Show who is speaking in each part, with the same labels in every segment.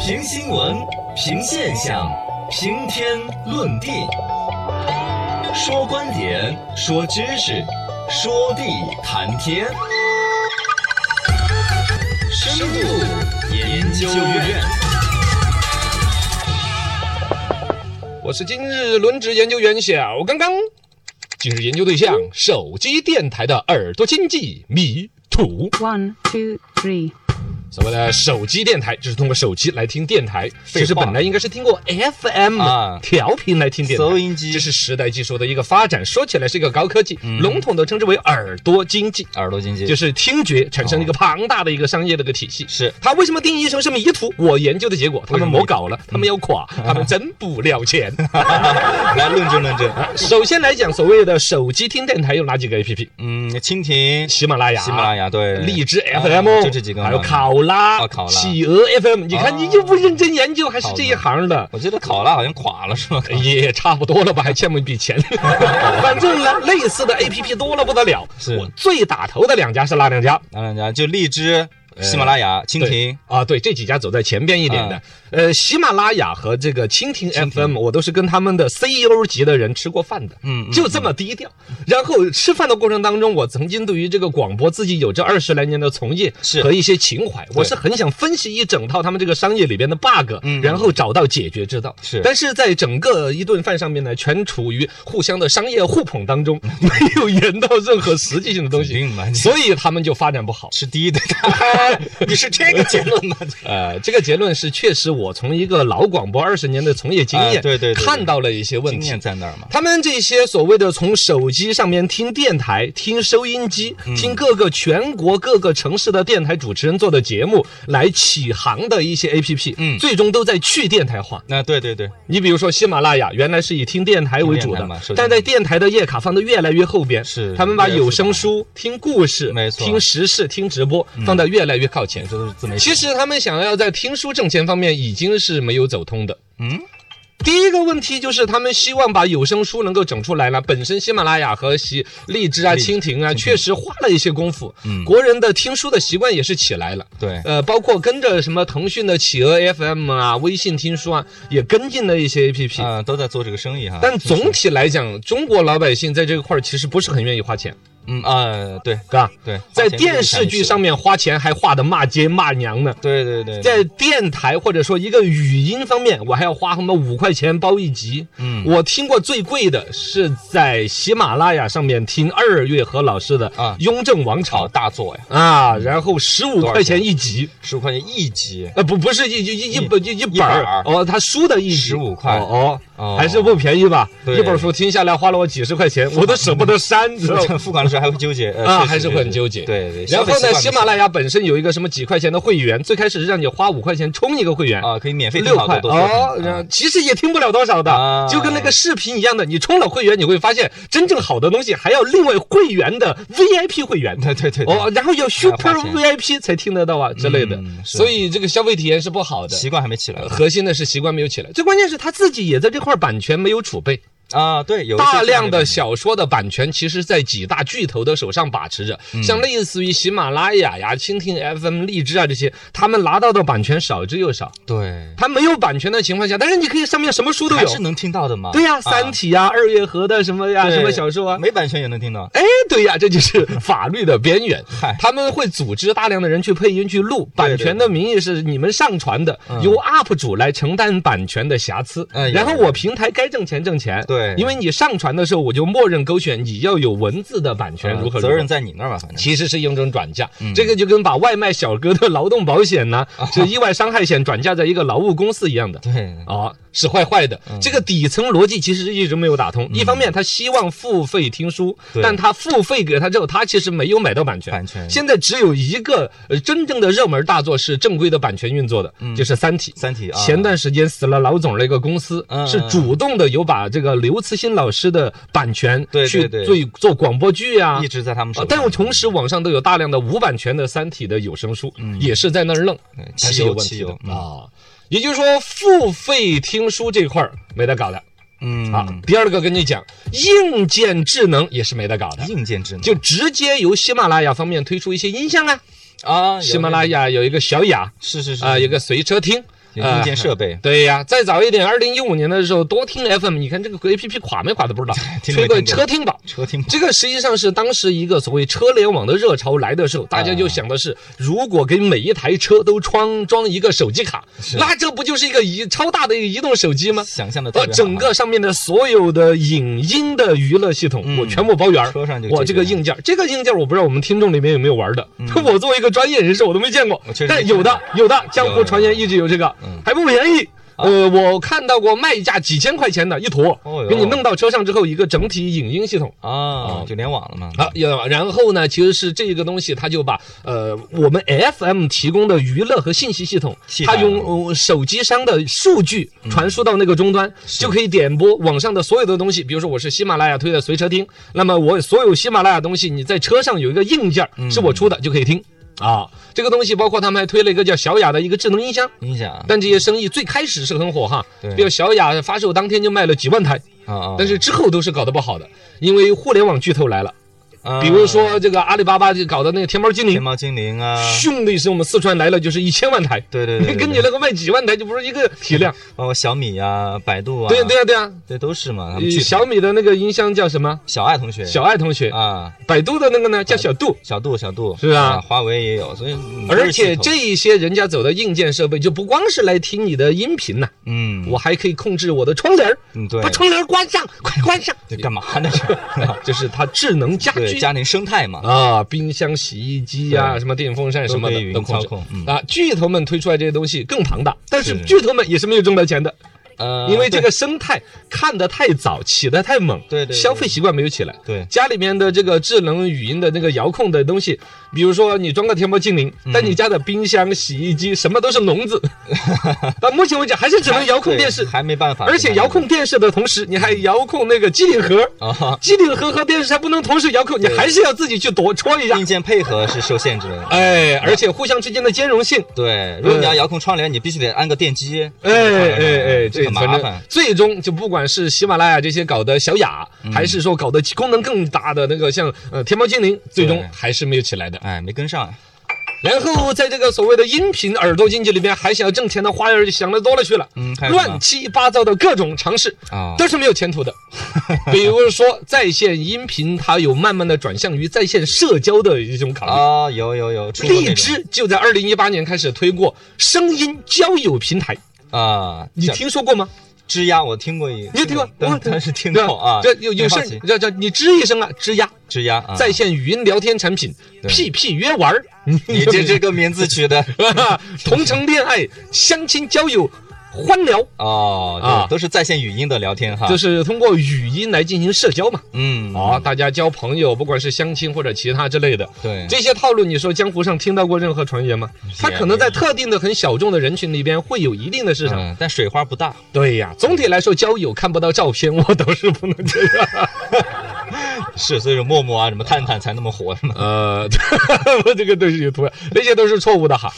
Speaker 1: 评新闻，评现象，评天论地，说观点，说知识，说地谈天。深度研究院，
Speaker 2: 我是今日轮值研究员小刚刚。今日研究对象：手机电台的耳朵经济迷途。
Speaker 3: One, two, three.
Speaker 2: 所谓的手机电台，就是通过手机来听电台。
Speaker 1: 废话
Speaker 2: 其实本来应该是听过 FM
Speaker 1: 啊
Speaker 2: 调频来听电台。
Speaker 1: 收音机嗯
Speaker 2: 这是时代技术的一个发展，说起来是一个高科技，笼统的称之为耳朵经济。
Speaker 1: 耳朵经济
Speaker 2: 就是听觉产
Speaker 1: 哦
Speaker 2: 生了一个庞大的一个商业的一个体系。
Speaker 1: 是
Speaker 2: 它为什么定义成是迷途？我研究的结果，他们魔搞了，他们要垮，
Speaker 1: 嗯
Speaker 2: 他们挣不了钱。
Speaker 1: 来论证论证。
Speaker 2: 首先来讲，所谓的手机听电台有哪几个 APP？
Speaker 1: 嗯，蜻蜓、
Speaker 2: 喜马拉雅、
Speaker 1: 喜马拉雅对，
Speaker 2: 荔枝
Speaker 1: 啊
Speaker 2: FM，、
Speaker 1: 就这几个嘛。
Speaker 2: 还有考拉、
Speaker 1: 啊考拉
Speaker 2: 企鹅 FM。你看，
Speaker 1: 啊
Speaker 2: 你就不认真研究，还是
Speaker 1: 考拉
Speaker 2: 这一行的。哎
Speaker 1: 我记得考拉好像垮了是吧？
Speaker 2: 也差不多了吧，还欠我一 笔钱。反正呢，类似的 A P P 多了不得了。
Speaker 1: 是
Speaker 2: 我最打头的两家是哪两家？
Speaker 1: 当然家就荔枝、喜马拉雅、蜻
Speaker 2: 对
Speaker 1: 蜓。
Speaker 2: 啊，对，这几家走在前边一点的。呃，喜马拉雅和这个蜻蜓
Speaker 1: 啊蜻蜓
Speaker 2: FM，我都是跟他们的 CEO 级的人吃过饭的。
Speaker 1: 嗯，嗯
Speaker 2: 就这么低调。然后吃饭的过程当中，我曾经对于这个广播自己有着二十来年的从业
Speaker 1: 是
Speaker 2: 和一些情怀，我是很想分析一整套他们这个商业里边的 bug，
Speaker 1: 嗯
Speaker 2: 然后找到解决之道。
Speaker 1: 是
Speaker 2: 但是在整个一顿饭上面呢，全处于互相的商业互捧当 中，没有研到任何实际性的东
Speaker 1: 肯
Speaker 2: 西
Speaker 1: 定嘛你，
Speaker 2: 所以他们就发展不好。
Speaker 1: 吃低的， 你是这个结论吗？
Speaker 2: 呃，这个结论是确实我从一个老广播二十年的从业经验，
Speaker 1: 啊对对对对
Speaker 2: 看到了一些问
Speaker 1: 经
Speaker 2: 题
Speaker 1: 验。在那儿嘛。
Speaker 2: 他们这些所谓的从手机上面听电台、听收音机、
Speaker 1: 嗯
Speaker 2: 听各个全国各个城市的电台主持人做的节目来起航的一些 APP，
Speaker 1: 嗯
Speaker 2: 最终都在去电台化。
Speaker 1: 那对对对，
Speaker 2: 你比如说喜马拉雅，原来是以听电台为
Speaker 1: 听
Speaker 2: 主
Speaker 1: 电台
Speaker 2: 的
Speaker 1: 嘛收听，
Speaker 2: 但在电台的页卡放的越来越后边，
Speaker 1: 是
Speaker 2: 他们把
Speaker 1: 越来越
Speaker 2: 有声书、听故事、
Speaker 1: 没错嗯
Speaker 2: 听时事、听直播放得越来越靠前。
Speaker 1: 这都是自媒体。
Speaker 2: 其实他们想要在听书挣钱方面已经是没有走通的。
Speaker 1: 嗯，
Speaker 2: 第一个问题就是他们希望把有声书能够整出来了。本身喜马拉雅和喜荔枝啊、
Speaker 1: 荔枝
Speaker 2: 蜻蜓啊，确实花了一些功夫。
Speaker 1: 嗯
Speaker 2: 国人的听书的习惯也是起来了。
Speaker 1: 对
Speaker 2: 呃，包括跟着什么腾讯的企鹅 FM 啊、微信听书啊，也跟进了一些 APP。
Speaker 1: 啊、都在做这个生意哈。
Speaker 2: 呃但
Speaker 1: 听说
Speaker 2: 总体来讲，中国老百姓在这块儿其实不是很愿意花钱，
Speaker 1: 嗯啊，对
Speaker 2: 是吧？
Speaker 1: 对，
Speaker 2: 在电视剧上
Speaker 1: 面，
Speaker 2: 面花钱还花的骂街骂娘呢，
Speaker 1: 对对对，
Speaker 2: 在电台或者说一个语音方面，我还要花什么五块钱包一集。
Speaker 1: 嗯
Speaker 2: 我听过最贵的是在喜马拉雅上面听二月河老师的
Speaker 1: 啊
Speaker 2: 《雍正王朝
Speaker 1: 炒》大作呀，
Speaker 2: 啊，然后十五
Speaker 1: 多少
Speaker 2: 块
Speaker 1: 钱
Speaker 2: 钱一集。
Speaker 1: 十五块钱一集，
Speaker 2: 呃，不，不是一一一一本一一本
Speaker 1: 本儿
Speaker 2: 儿哦，他书的一集
Speaker 1: 15块
Speaker 2: 哦，
Speaker 1: 哦
Speaker 2: 哦还是不便宜吧？
Speaker 1: 对
Speaker 2: 一本书听下来花了我几十块钱， 我都舍不得删，知道吗？
Speaker 1: 付款的时候还会纠结，呃、
Speaker 2: 啊，
Speaker 1: 确实
Speaker 2: 还是会很纠结。
Speaker 1: 对对，
Speaker 2: 然后呢，喜马
Speaker 1: 雅
Speaker 2: 拉雅本身有一个什么几块钱的会员，最开始是让你花五块钱充一个会员，
Speaker 1: 啊，可以免费听
Speaker 2: 六
Speaker 1: 好
Speaker 2: 块
Speaker 1: 多多作品
Speaker 2: 哦，然后其实也听不了多少
Speaker 1: 啊
Speaker 2: 的，就跟那个视频一样的，你充了会员，你会发现真正好的东西还要另外会员的 VIP 会员。
Speaker 1: 对对对对，
Speaker 2: 哦，然后要
Speaker 1: 还
Speaker 2: Super
Speaker 1: 要花钱
Speaker 2: VIP 才听得到啊之类的
Speaker 1: 嗯，是
Speaker 2: 所以这个消费体验是不好的。
Speaker 1: 习惯还没起来
Speaker 2: 核心的是习惯没有起来，最关键是他自己也在这块版权没有储备，
Speaker 1: 啊，对，有一些
Speaker 2: 大量的
Speaker 1: 是
Speaker 2: 小说的版权其实在几大巨头的手上把持着，
Speaker 1: 嗯
Speaker 2: 像类似于喜马拉雅呀、蜻蜓 FM、荔枝啊这些，他们拿到的版权少之又少。
Speaker 1: 这样的
Speaker 2: 他没有版权的情况下，但是你可以上面什么书
Speaker 1: 对，
Speaker 2: 都
Speaker 1: 还是
Speaker 2: 有，
Speaker 1: 能听到的嘛，
Speaker 2: 对呀，
Speaker 1: 啊
Speaker 2: 《三体》呀、二月河的什么呀、
Speaker 1: 对
Speaker 2: 什么小说啊，
Speaker 1: 没版权也能听到，
Speaker 2: 哎，对呀，这就是 法律的边缘
Speaker 1: 嗨。
Speaker 2: 他们会组织大量的人去配音去录，
Speaker 1: 对
Speaker 2: 版权的名义是你们上传的，
Speaker 1: 嗯
Speaker 2: 由 UP 主来承担版权的瑕疵
Speaker 1: 哎呀。
Speaker 2: 然后我平台该挣钱挣钱。
Speaker 1: 对
Speaker 2: 因为你上传的时候，我就默认勾选你要有文字的版权，如
Speaker 1: 呃
Speaker 2: 何如
Speaker 1: 责
Speaker 2: 何
Speaker 1: 任在嗯你那儿吧，反正
Speaker 2: 其实是一种转嫁，这个就跟把外卖小哥的劳动保 险呢，是意外伤害险转嫁在一个劳务公司一样的。
Speaker 1: 对，
Speaker 2: 啊，是坏坏的。
Speaker 1: 嗯
Speaker 2: 这个底层逻辑其实一直没有打通。一方面，他希望付费听书
Speaker 1: 对，
Speaker 2: 但他付费给他之后，他其实没有买到版权。
Speaker 1: 版权
Speaker 2: 现在只有一个呃真正的热门大作是正规的版权运作的，就是《三体》。
Speaker 1: 嗯三体啊
Speaker 2: 前段时间死了老总那个公司，
Speaker 1: 嗯
Speaker 2: 是主动的有把这个刘慈欣老师的版权
Speaker 1: 对
Speaker 2: 去
Speaker 1: 对对
Speaker 2: 做做广播剧啊
Speaker 1: 一。直在他们手
Speaker 2: 啊
Speaker 1: 上，
Speaker 2: 但我同时网上都有大量的无版权的《三体》的有声书，
Speaker 1: 嗯
Speaker 2: 也是在那儿弄，
Speaker 1: 对
Speaker 2: 还
Speaker 1: 汽
Speaker 2: 是有
Speaker 1: 油
Speaker 2: 问
Speaker 1: 汽
Speaker 2: 题的
Speaker 1: 油，嗯
Speaker 2: 啊。也就是说，付费听书这块儿没得搞的
Speaker 1: 嗯
Speaker 2: 啊。第二个跟你讲，硬件智能也是没得搞的，
Speaker 1: 硬件智能
Speaker 2: 就直接由喜马拉雅方面推出一些音箱啊，
Speaker 1: 啊，有
Speaker 2: 啊喜马拉雅有一个小雅
Speaker 1: 是是是
Speaker 2: 啊，有个随车听。嗯
Speaker 1: 硬件设备。，
Speaker 2: 对呀，再早一点，二零一五年的时候，多听 FM，你看这个 APP 垮没垮都不知道
Speaker 1: 听
Speaker 2: 推
Speaker 1: 没
Speaker 2: 个
Speaker 1: 听过
Speaker 2: 车听宝。
Speaker 1: 车听不
Speaker 2: 这个实际上是当时一个所谓车联网的热潮来的时候，大家就想的
Speaker 1: 啊
Speaker 2: 是，如果给每一台车都装装一个手机卡，那这不就是一个移超大的一个移动手机吗？
Speaker 1: 想象的特
Speaker 2: 呃，
Speaker 1: 别好
Speaker 2: 整
Speaker 1: 嘛
Speaker 2: 个上面的所有的影音的娱乐系统，
Speaker 1: 嗯
Speaker 2: 我全部包圆儿。
Speaker 1: 车上就
Speaker 2: 我
Speaker 1: 解
Speaker 2: 这
Speaker 1: 决
Speaker 2: 个
Speaker 1: 了
Speaker 2: 硬件儿，这个硬件儿我不知道我们听众里面有没有玩的。我作为一个专业人士，我都没见过
Speaker 1: 嗯我确实。没
Speaker 2: 但
Speaker 1: 见
Speaker 2: 有的有的，江
Speaker 1: 有
Speaker 2: 湖传言一直有这个
Speaker 1: 嗯，啊
Speaker 2: 还不便宜。呃，我看到过卖价几千块钱的一坨
Speaker 1: 哦哟，
Speaker 2: 给你弄到车上之后，一个整体影音系统。
Speaker 1: 啊，就联网了嘛。
Speaker 2: 哦好，有然后呢，其实是这个东西，它就把呃我们 FM 提供的娱乐和信息系统
Speaker 1: 替，代
Speaker 2: 它
Speaker 1: 了
Speaker 2: 用、呃手机商的数据传输到那个终端，就可以点播网上的所有的东西。比如说我是喜马拉雅推的随车听，那么我所有喜马拉雅东西，你在车上有一个硬件儿是我出的，就可以听。啊，这个东西包括他们还推了一个叫小雅的一个智能音箱，
Speaker 1: 音响啊
Speaker 2: 但这些生意最开始是很火哈
Speaker 1: 对，
Speaker 2: 比如小雅发售当天就卖了几万台，
Speaker 1: 啊，
Speaker 2: 但是之后都是搞得不好的，因为互联网巨头来了。
Speaker 1: 啊
Speaker 2: 比如说这个阿里巴巴就搞的那个天猫精
Speaker 1: 天
Speaker 2: 灵，
Speaker 1: 猫精灵啊，
Speaker 2: 咻的一声，我们四川来了就是一千万台，
Speaker 1: 对对对对对
Speaker 2: 跟你那个卖几万台就不是一个体量。
Speaker 1: 包括小米啊、百度啊，
Speaker 2: 对对啊对啊，
Speaker 1: 这都是嘛。他们
Speaker 2: 呃
Speaker 1: 去
Speaker 2: 小米的那个音箱叫什么？
Speaker 1: 小爱同学
Speaker 2: 小爱同学，
Speaker 1: 啊，
Speaker 2: 百度的那个呢叫小度。
Speaker 1: 小度小度
Speaker 2: 是啊
Speaker 1: 华为也有，所以嗯
Speaker 2: 而
Speaker 1: 都是系
Speaker 2: 且
Speaker 1: 统
Speaker 2: 这一些人家走的硬件设备，就不光是来听你的音频呐、
Speaker 1: 嗯
Speaker 2: 我还可以控制我的窗帘儿
Speaker 1: 嗯对
Speaker 2: 把窗帘儿关上，快关上，
Speaker 1: 这干嘛呢？ 这
Speaker 2: 就是它智能家
Speaker 1: 对
Speaker 2: 居
Speaker 1: 家庭生态嘛，
Speaker 2: 啊，冰箱、洗衣机呀、
Speaker 1: 对
Speaker 2: 什么电风扇什么
Speaker 1: 都可以
Speaker 2: 的
Speaker 1: 云
Speaker 2: 控
Speaker 1: 操
Speaker 2: 制
Speaker 1: 控嗯
Speaker 2: 啊。巨头们推出来这些东西更庞大，但是
Speaker 1: 是
Speaker 2: 巨头们也是没有挣到钱的，
Speaker 1: 呃，
Speaker 2: 因为这
Speaker 1: 对
Speaker 2: 个生态看得太早，起得太猛，
Speaker 1: 对对对
Speaker 2: 消费习惯没有起来。
Speaker 1: 对
Speaker 2: 家里面的这个智能语音的那个遥控的东西，比如说你装个天猫精灵，
Speaker 1: 嗯
Speaker 2: 但你家的冰箱、洗衣机什么都是聋 子，到目前为止还是只能遥控
Speaker 1: 对
Speaker 2: 电视，
Speaker 1: 还没办法，
Speaker 2: 而且遥控电视的同时，你还遥控那个机顶盒。
Speaker 1: 啊，
Speaker 2: 机顶盒和电视还不能同时遥控，你还是要自己去夺戳一下
Speaker 1: 硬。件配合是受限制的。
Speaker 2: 哎，而且互相之间的兼容性，
Speaker 1: 对，如果你要遥控窗帘，你必须得安个电机。
Speaker 2: 哎哎哎，
Speaker 1: 这
Speaker 2: 这
Speaker 1: 很
Speaker 2: 反
Speaker 1: 麻
Speaker 2: 正
Speaker 1: 烦。
Speaker 2: 最终就不管是喜马拉雅这些搞的小雅，
Speaker 1: 嗯
Speaker 2: 还是说搞的功能更大的那个像呃天猫精灵，最终
Speaker 1: 对
Speaker 2: 还是没有起来的。
Speaker 1: 哎，没跟上，
Speaker 2: 然后在这个所谓的音频耳朵经济里边，还想要挣钱的花样就想的多了去了，
Speaker 1: 嗯还有什么
Speaker 2: 乱七八糟的各种尝试
Speaker 1: 啊
Speaker 2: 都是没有前 途的。比如说在线音频，它有慢慢的转向于在线社交的一种考虑。
Speaker 1: 啊，有有有，出过那
Speaker 2: 荔
Speaker 1: 种
Speaker 2: 枝就在二零一八年开始推过声音交友平台，
Speaker 1: 啊，
Speaker 2: 你
Speaker 1: 叫
Speaker 2: 听说过吗？
Speaker 1: 吱呀，我听过一，
Speaker 2: 你有听过？
Speaker 1: 但但是听过啊，
Speaker 2: 这有有
Speaker 1: 很好
Speaker 2: 事
Speaker 1: 奇
Speaker 2: 这这你吱一声啊，吱呀，
Speaker 1: 吱呀，啊
Speaker 2: 在线语音聊天产品
Speaker 1: 对
Speaker 2: 屁屁约玩儿，
Speaker 1: 你 这这个名字取的
Speaker 2: 同城恋爱、相亲交友、欢聊，
Speaker 1: 哦，
Speaker 2: 啊
Speaker 1: 对，都是在线语音的聊天哈，
Speaker 2: 就是通过语音来进行社交嘛。
Speaker 1: 啊嗯，
Speaker 2: 啊，大家交朋友，不管是相亲或者其他之类的，
Speaker 1: 对
Speaker 2: 这些套路，你说江湖上听到过任何传言吗？
Speaker 1: 啊
Speaker 2: 它可能在特定的很小众的人群里边会有一定的市场，
Speaker 1: 嗯，但水花不大，
Speaker 2: 对呀，总体来说，交友看不到照片，我倒是不能这样。
Speaker 1: 是，所以说陌陌啊，什么探探才那么火，是吗？
Speaker 2: 呃， 我这个都是有图，那些都是错误的哈。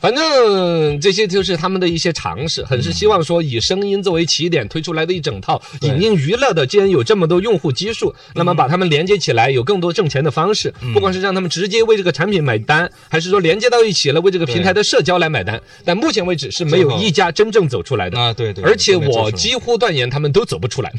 Speaker 2: 反正这些就是他们的一些尝试，很是希望说以声音作为起点推出来的一整套
Speaker 1: 对嗯
Speaker 2: 影音娱乐的。既然有这么多用户基数，那么把它们连接起来，有更多挣钱的方式。不管是让他们直接为这个产品买单，还是说连接到一起了为这个平台的社交来买单，但目前为止是没
Speaker 1: 最
Speaker 2: 有
Speaker 1: 后
Speaker 2: 一家真正走出来的。
Speaker 1: 啊，对对，
Speaker 2: 而且
Speaker 1: 都没做
Speaker 2: 我
Speaker 1: 出来
Speaker 2: 几乎断言他们都走不 出来，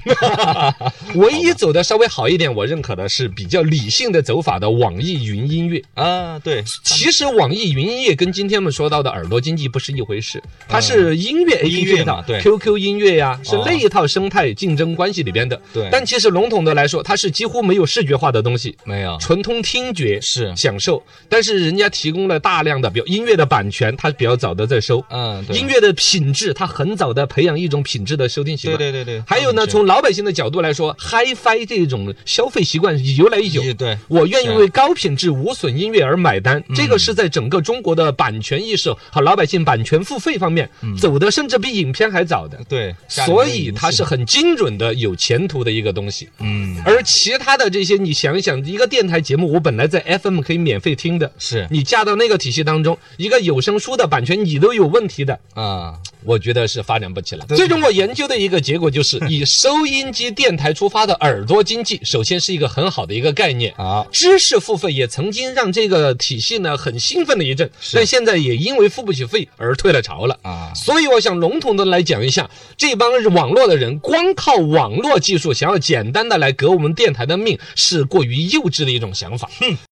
Speaker 2: 唯一走的稍微好一点，我认可的是比较理性的走法的网易云音 乐。
Speaker 1: 啊，对，
Speaker 2: 其实网易云音乐跟今天我们说到的耳朵经济不是一回事，它是音乐
Speaker 1: 嗯
Speaker 2: 哎
Speaker 1: 音乐
Speaker 2: APP
Speaker 1: 嘛
Speaker 2: 的
Speaker 1: 对
Speaker 2: QQ 音乐呀、是
Speaker 1: 哦
Speaker 2: 那一套生态竞争关系里边的。
Speaker 1: 对
Speaker 2: 但其实笼统的来说，它是几乎没有视觉化的东西。
Speaker 1: 没有，
Speaker 2: 纯通听觉
Speaker 1: 啊是
Speaker 2: 享受，但是人家提供了大量的，比如音乐的版权，它比较早的在收，
Speaker 1: 嗯，对
Speaker 2: 音乐的品质，它很早的培养一种品质的收听习
Speaker 1: 对
Speaker 2: 惯。
Speaker 1: 对对对，
Speaker 2: 还有呢，
Speaker 1: 是
Speaker 2: 从老百姓的角度来说，HiFi 这种消费习惯由来已久。
Speaker 1: 一对
Speaker 2: 我愿意
Speaker 1: 是
Speaker 2: 为高品质无损音乐而买单，
Speaker 1: 嗯
Speaker 2: 这个是在整个中国的版权意识和老百姓版权付费方面
Speaker 1: 嗯
Speaker 2: 走的，甚至比影片还早的。
Speaker 1: 对，家里
Speaker 2: 所
Speaker 1: 面
Speaker 2: 以
Speaker 1: 有
Speaker 2: 它
Speaker 1: 一
Speaker 2: 是
Speaker 1: 些
Speaker 2: 很精准的、有前途的一个东西。
Speaker 1: 嗯
Speaker 2: 而其他的这些，你想一想，一个电台节目，我本来在 FM 可以免费听的，
Speaker 1: 是
Speaker 2: 你加到那个体系当中，一个有声书的版权你都有问题的，
Speaker 1: 啊，
Speaker 2: 我觉得是发展不起来。
Speaker 1: 对
Speaker 2: 最终我研究的一个结果 就是，以收音机电台出发的耳朵经济，首先是一个很好的一个概念。
Speaker 1: 好，
Speaker 2: 知识付费也曾经让这个体系呢很兴奋了一阵，但现在也因为付不起费而退了潮了
Speaker 1: 啊
Speaker 2: 所以我想笼统的来讲一下，这帮网络的人光靠网络技术想要简单的来革我们电台的命，是过于幼稚的一种想法。